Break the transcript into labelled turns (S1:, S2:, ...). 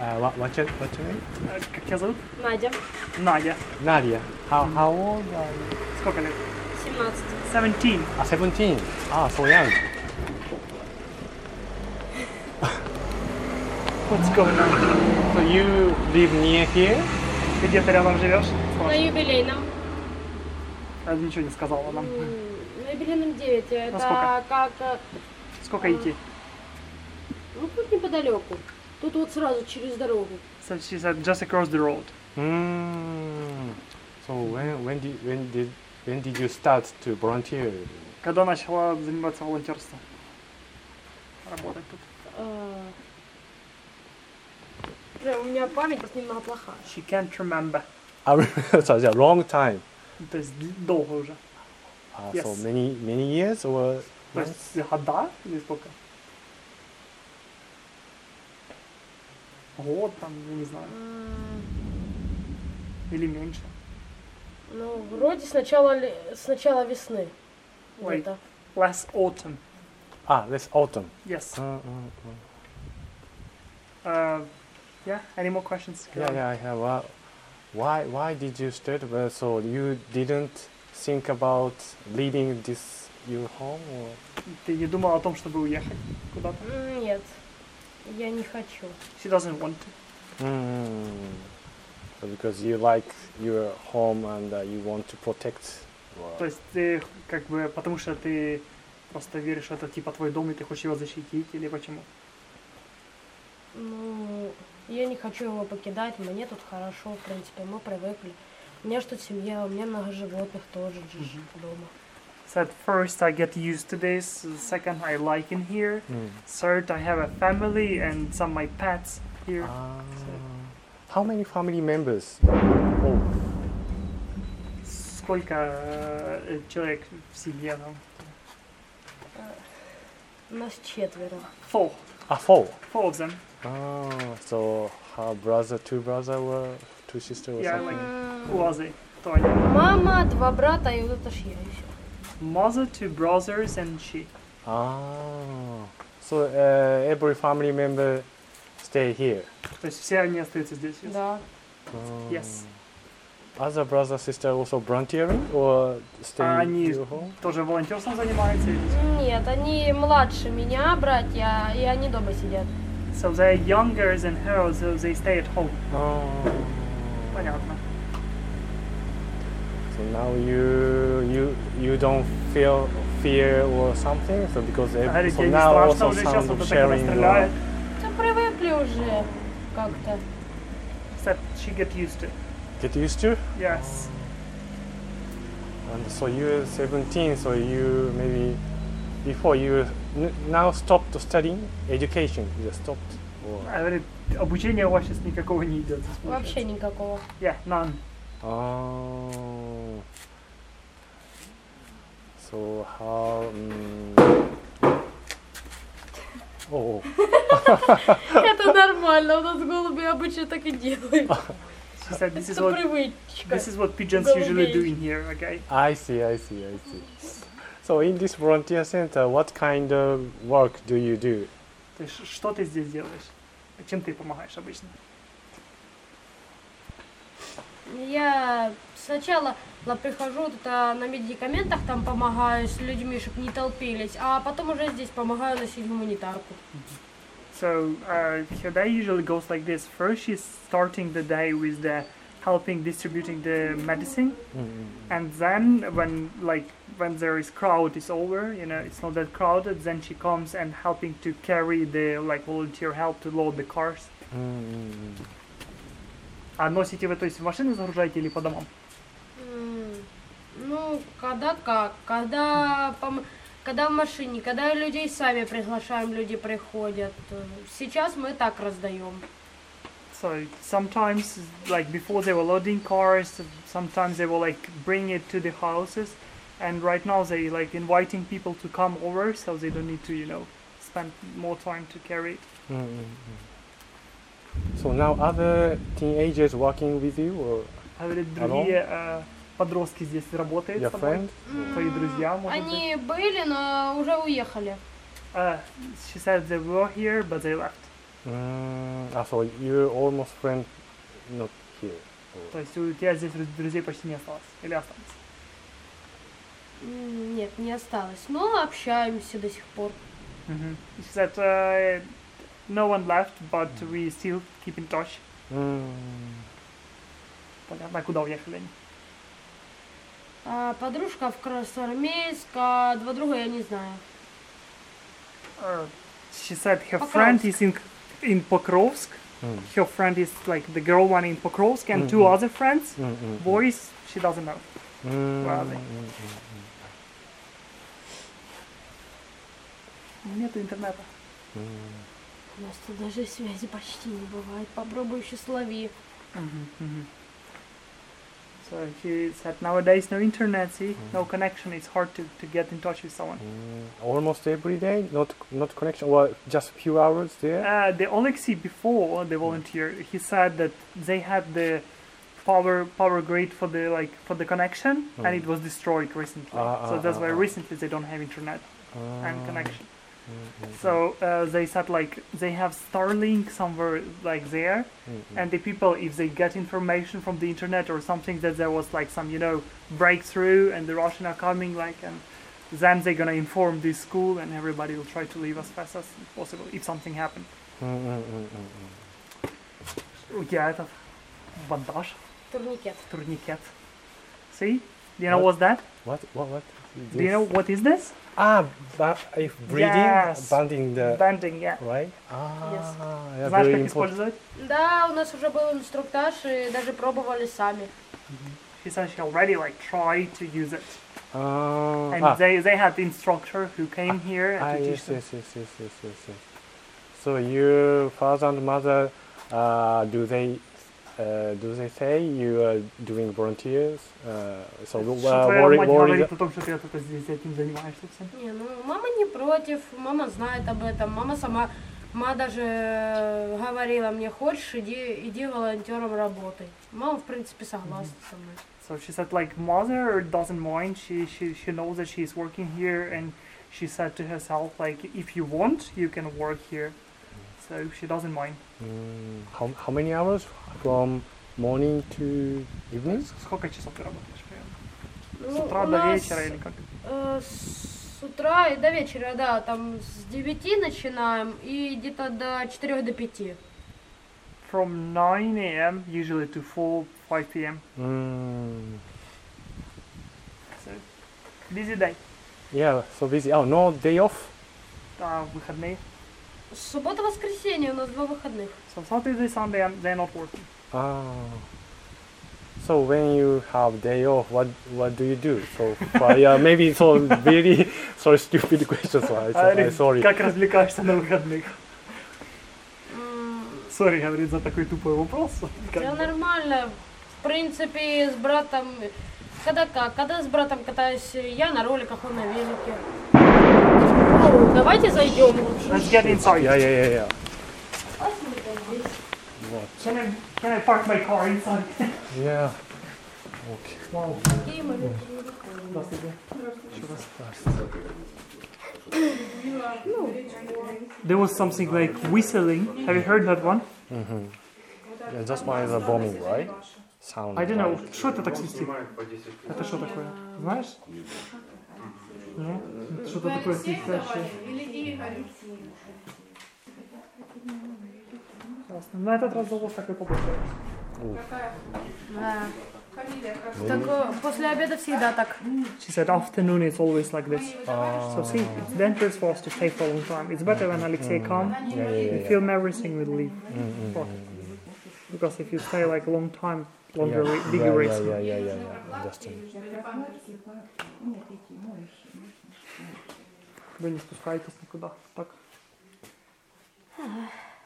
S1: Uh, what, what's your what's your name?
S2: Э, Как тебя зовут?
S3: Надя,
S2: Надя.
S1: Nadia. How how old are you?
S2: Сколько лет?
S3: 17.
S2: 17.
S1: Ah, 17. Ah, so young.
S2: What's going on?
S1: So you live near here?
S2: Ты где-то рядом живешь?
S3: На юбилейном.
S2: Я ничего не сказала нам.
S3: М, На юбилейном 9. Это
S2: сколько?
S3: как... э,
S2: Сколько идти?
S3: Ну, тут неподалеку. Тут вот сразу через дорогу.
S2: So she said just across the road.
S1: Hmm. So when when did when did when did you start to volunteer?
S2: Когда начала заниматься волонтерством? Работать тут.
S3: Э, Прям у меня память просто немного плоха.
S2: She can't remember.
S1: I remember, so it's a Ah, long time.
S2: То есть дл- долго уже.
S1: Uh, So
S2: Yes.
S1: many many years or
S2: То есть года или сколько? Год там, я не знаю.
S3: М,
S2: Или меньше.
S3: Ну, вроде с начала, ле- с начала весны.
S2: Ой.
S3: где-то.
S2: Last autumn.
S1: ah this autumn.
S2: Yes.
S1: Mm, mm, mm.
S2: Uh, yeah, any more questions?
S1: Yeah, yeah, I have. Uh, why, why did you start? Well, so you didn't think about leaving this your home? Or?
S2: Ты не думал о том, чтобы уехать куда-то?
S3: М, Нет, я не хочу.
S2: She doesn't want to.
S1: Mm. So because you like your home and uh, you want to protect.
S2: То есть ты как бы, потому что ты просто веришь, что это типа твой дом, и ты хочешь его защитить, или почему?
S3: Ну, я не хочу его покидать, мне тут хорошо, в принципе, мы привыкли. У меня же тут семья, у меня много животных тоже же ж дома.
S2: So at first I get used to this, second I like in here,
S1: Mm.
S2: third I have a family and some my pets here.
S1: Ah. How many family members? Oh,
S2: Сколько э, человек в семье ну? там?
S3: Нас четверо.
S2: Four.
S1: ah, four.
S2: Four of them.
S1: Ah, so her brother, two brother were two sister or
S2: Yeah, I
S1: something.
S2: like-
S3: М,
S2: Who are they? Кто они?
S3: Мама, два брата и вот это ж я еще.
S2: Mother, two brothers and she.
S1: Ah, so uh, every family member stay here. Ah.
S2: То есть все они остаются здесь. yes?
S3: Да.
S2: Yes.
S1: Other brother sister also volunteering or stay
S2: А они-
S1: your home?
S2: Тоже волонтерством занимаются. или-
S3: Нет, они младше меня, братья, и они дома сидят.
S2: So they're younger than her, so they stay at home.
S1: Oh.
S2: Понятно.
S1: So now you you you don't feel fear or something so because ev-
S2: Говорит,
S1: so
S2: я не
S1: now
S2: страшно
S1: also
S2: уже сейчас,
S1: sound
S2: вот
S1: of
S2: это когда
S1: sharing.
S2: стреляет.
S1: uh,
S3: Да привыкли уже как-то.
S2: That she get used to.
S1: Get used to.
S2: Yes.
S1: And so you're 17, so you maybe before you n- now stopped studying education. You just stopped. Or,
S2: Она говорит, обучение у вас сейчас никакого не идет. здесь получается».
S3: Вообще никакого.
S2: Yeah, none.
S1: oh. So how? mm, oh.
S3: Это нормально, у нас голуби обычно так и делают.
S2: She said, this is
S3: Это
S2: what
S3: привычка.
S2: this is what pigeons usually do in here. Okay.
S1: I see, I see, I see. So in this volunteer center, what kind of work do you do?
S2: То есть, что ты здесь делаешь? Чем ты помогаешь обычно?
S3: Я сначала ла, прихожу вот это на медикаментах, там помогаю с людьми, чтобы не толпились, а потом уже здесь помогаю носить гуманитарку.
S2: So uh, her day usually goes like this. First, she's starting the day with the helping distributing the medicine,
S1: Mm,
S2: and then when like when there is crowd is over, you know, it's not that crowded. Then she comes and helping to carry the like volunteer help to load the cars.
S1: Mm.
S2: А носите вы, то есть в машины загружаете или по домам?
S3: М, Ну, когда как, когда, пом- когда в машине, когда людей сами приглашаем, люди приходят. Э, Сейчас мы так раздаем.
S2: So sometimes, like before, they were loading cars. Sometimes they were like bring it to the houses, and right now they like inviting people to come over, so they don't need to, you know, spend more time to carry it.
S1: Mm, mm, mm. So now other teenagers working with you or
S2: Говорит,
S1: Алло?
S2: другие э, подростки здесь работают
S1: your
S2: с тобой.
S1: friend?
S2: Твои друзья, может быть.
S3: Они были, но уже уехали.
S2: Э, she said they were here, but they left.
S1: Mm, ah, so you almost friend not here.
S2: То есть у тебя здесь друз- друзей почти не осталось. Или осталось.
S3: М, Нет, не осталось. Но общаемся до сих пор.
S2: She said, uh, no one left, but we still keep in touch.
S1: Mm.
S2: Понятно, куда уехали они.
S3: А подружка в Красноармейск, а два друга я не знаю.
S2: Uh, she said her friend is in, in Pokrovsk.
S1: Mm.
S2: Her friend is like the girl one in Pokrovsk and two
S1: Mhm.
S2: other friends.
S1: Mm, mm, mm.
S2: Boys, she doesn't know.
S1: Mm,
S2: Well,
S1: mm,
S2: they-
S1: mm, mm,
S2: Нету интернета.
S1: mm.
S3: У нас тут даже связи почти не бывает. Попробуй еще слови.
S2: So she said nowadays no internet, see, no connection. It's hard to, to get in touch with someone.
S1: Mm, almost every day, not not connection, well, just few hours there.
S2: Uh, the Alexei before the volunteer, he said that they had the power power grid for the like for the connection, and
S1: Mm.
S2: it was destroyed recently.
S1: Ah,
S2: so
S1: ah,
S2: that's
S1: ah,
S2: why
S1: ah.
S2: recently they don't have internet Uh, and
S1: Ah,
S2: connection.
S1: mm, mm,
S2: So uh, they said like they have Starlink somewhere like there,
S1: mm, mm,
S2: and the people if they get information from the internet or something that there was like some you know breakthrough and the Russian are coming like and then they're gonna inform this school and everybody will try to leave as fast as possible if something happened.
S1: mm, mm, mm, mm, mm.
S2: У тебя этот бандаж,
S3: Турникет.
S2: турникет. See? Do you know what's that?
S1: What what what? is
S2: Do you know
S1: this?
S2: what is this?
S1: Ah, ba- if breathing,
S2: Yes.
S1: banding the
S2: Banding, yeah.
S1: right. Ah, yeah,
S2: Знаешь,
S1: very
S2: как
S1: important.
S2: использовать?
S3: Да, у нас уже был инструктаж и даже пробовали сами.
S1: Mm-hmm.
S2: She said she already like tried to use it.
S1: Ah,
S2: And
S1: ah,
S2: they, they had the instructor who came here and
S1: ah,
S2: to teach
S1: yes,
S2: them.
S1: yes, yes, yes, yes, yes, yes. So your father and mother, uh, do they? Uh, do they say you are doing volunteers? Uh, so
S2: Что
S1: uh,
S2: твоя
S1: worry,
S2: мать
S1: worry
S2: говорит о том, что ты только здесь этим занимаешься всем.
S3: Не, ну мама не против, мама знает об этом, мама сама, мама даже э, говорила мне, хочешь, иди, иди волонтером работай. Мама, в принципе, согласна со мной.
S2: So she said like mother doesn't mind. She she she knows that she's working here and she said to herself like if you want you can work here. So she doesn't mind.
S1: Mm, how, how many hours from morning to evening?
S2: Сколько часов ты работаешь? примерно? С
S3: Ну,
S2: утра
S3: у
S2: до
S3: нас,
S2: вечера или как?
S3: э, с утра и до вечера, да, там с 9 начинаем и где-то до 4 до 5.
S2: From 9 a.m. usually to 4, 5 p.m.
S1: Mm,
S2: So busy day.
S1: yeah, so busy. Oh, no day off.
S2: Uh, выходные.
S3: Суббота-воскресенье у нас два выходных.
S2: So Saturday, Sunday, and they're not working.
S1: Ah. So when you have day off, what what do you do? So but yeah, maybe so really sorry stupid questions. So I, so, I
S2: Арик,
S1: sorry.
S2: Как развлекаешься на выходных?
S3: М,
S2: Сори, говорит, за такой тупой вопрос. Как
S3: Да
S2: бы.
S3: нормально. В принципе, с братом... Когда как? Когда с братом катаюсь я на роликах, он на велике. О, давайте зайдем лучше.
S2: Let's get inside.
S1: Yeah, yeah, yeah, yeah.
S2: А
S1: What?
S2: Can I, can I park my car inside?
S1: Yeah. Okay.
S2: Wow.
S3: Какие мы любим.
S2: Здравствуйте. There was something like whistling. Have you heard that one?
S1: Yeah, that's why the bombing, right? Sound.
S2: I don't
S1: right?
S2: know. Что это так свистит? Это что такое? Знаешь? Нет? Это Что-то такое свистящее. Классно. На этот раз завоз такой побольше.
S3: Да. Так э, после обеда всегда так.
S2: She said afternoon is always like this.
S1: Ah.
S2: So see, it's dangerous for us to stay for a long time. It's better when Alexei comes.
S1: Mm. Yeah, yeah,
S2: You
S1: yeah. Mm,
S2: film everything, we leave. Because if you stay like a long time, longer,
S1: yeah.
S2: ri- bigger
S1: yeah,
S2: risk.
S1: Yeah, yeah, yeah, yeah, yeah. Understand.
S2: Вы не спускаетесь никуда. Так.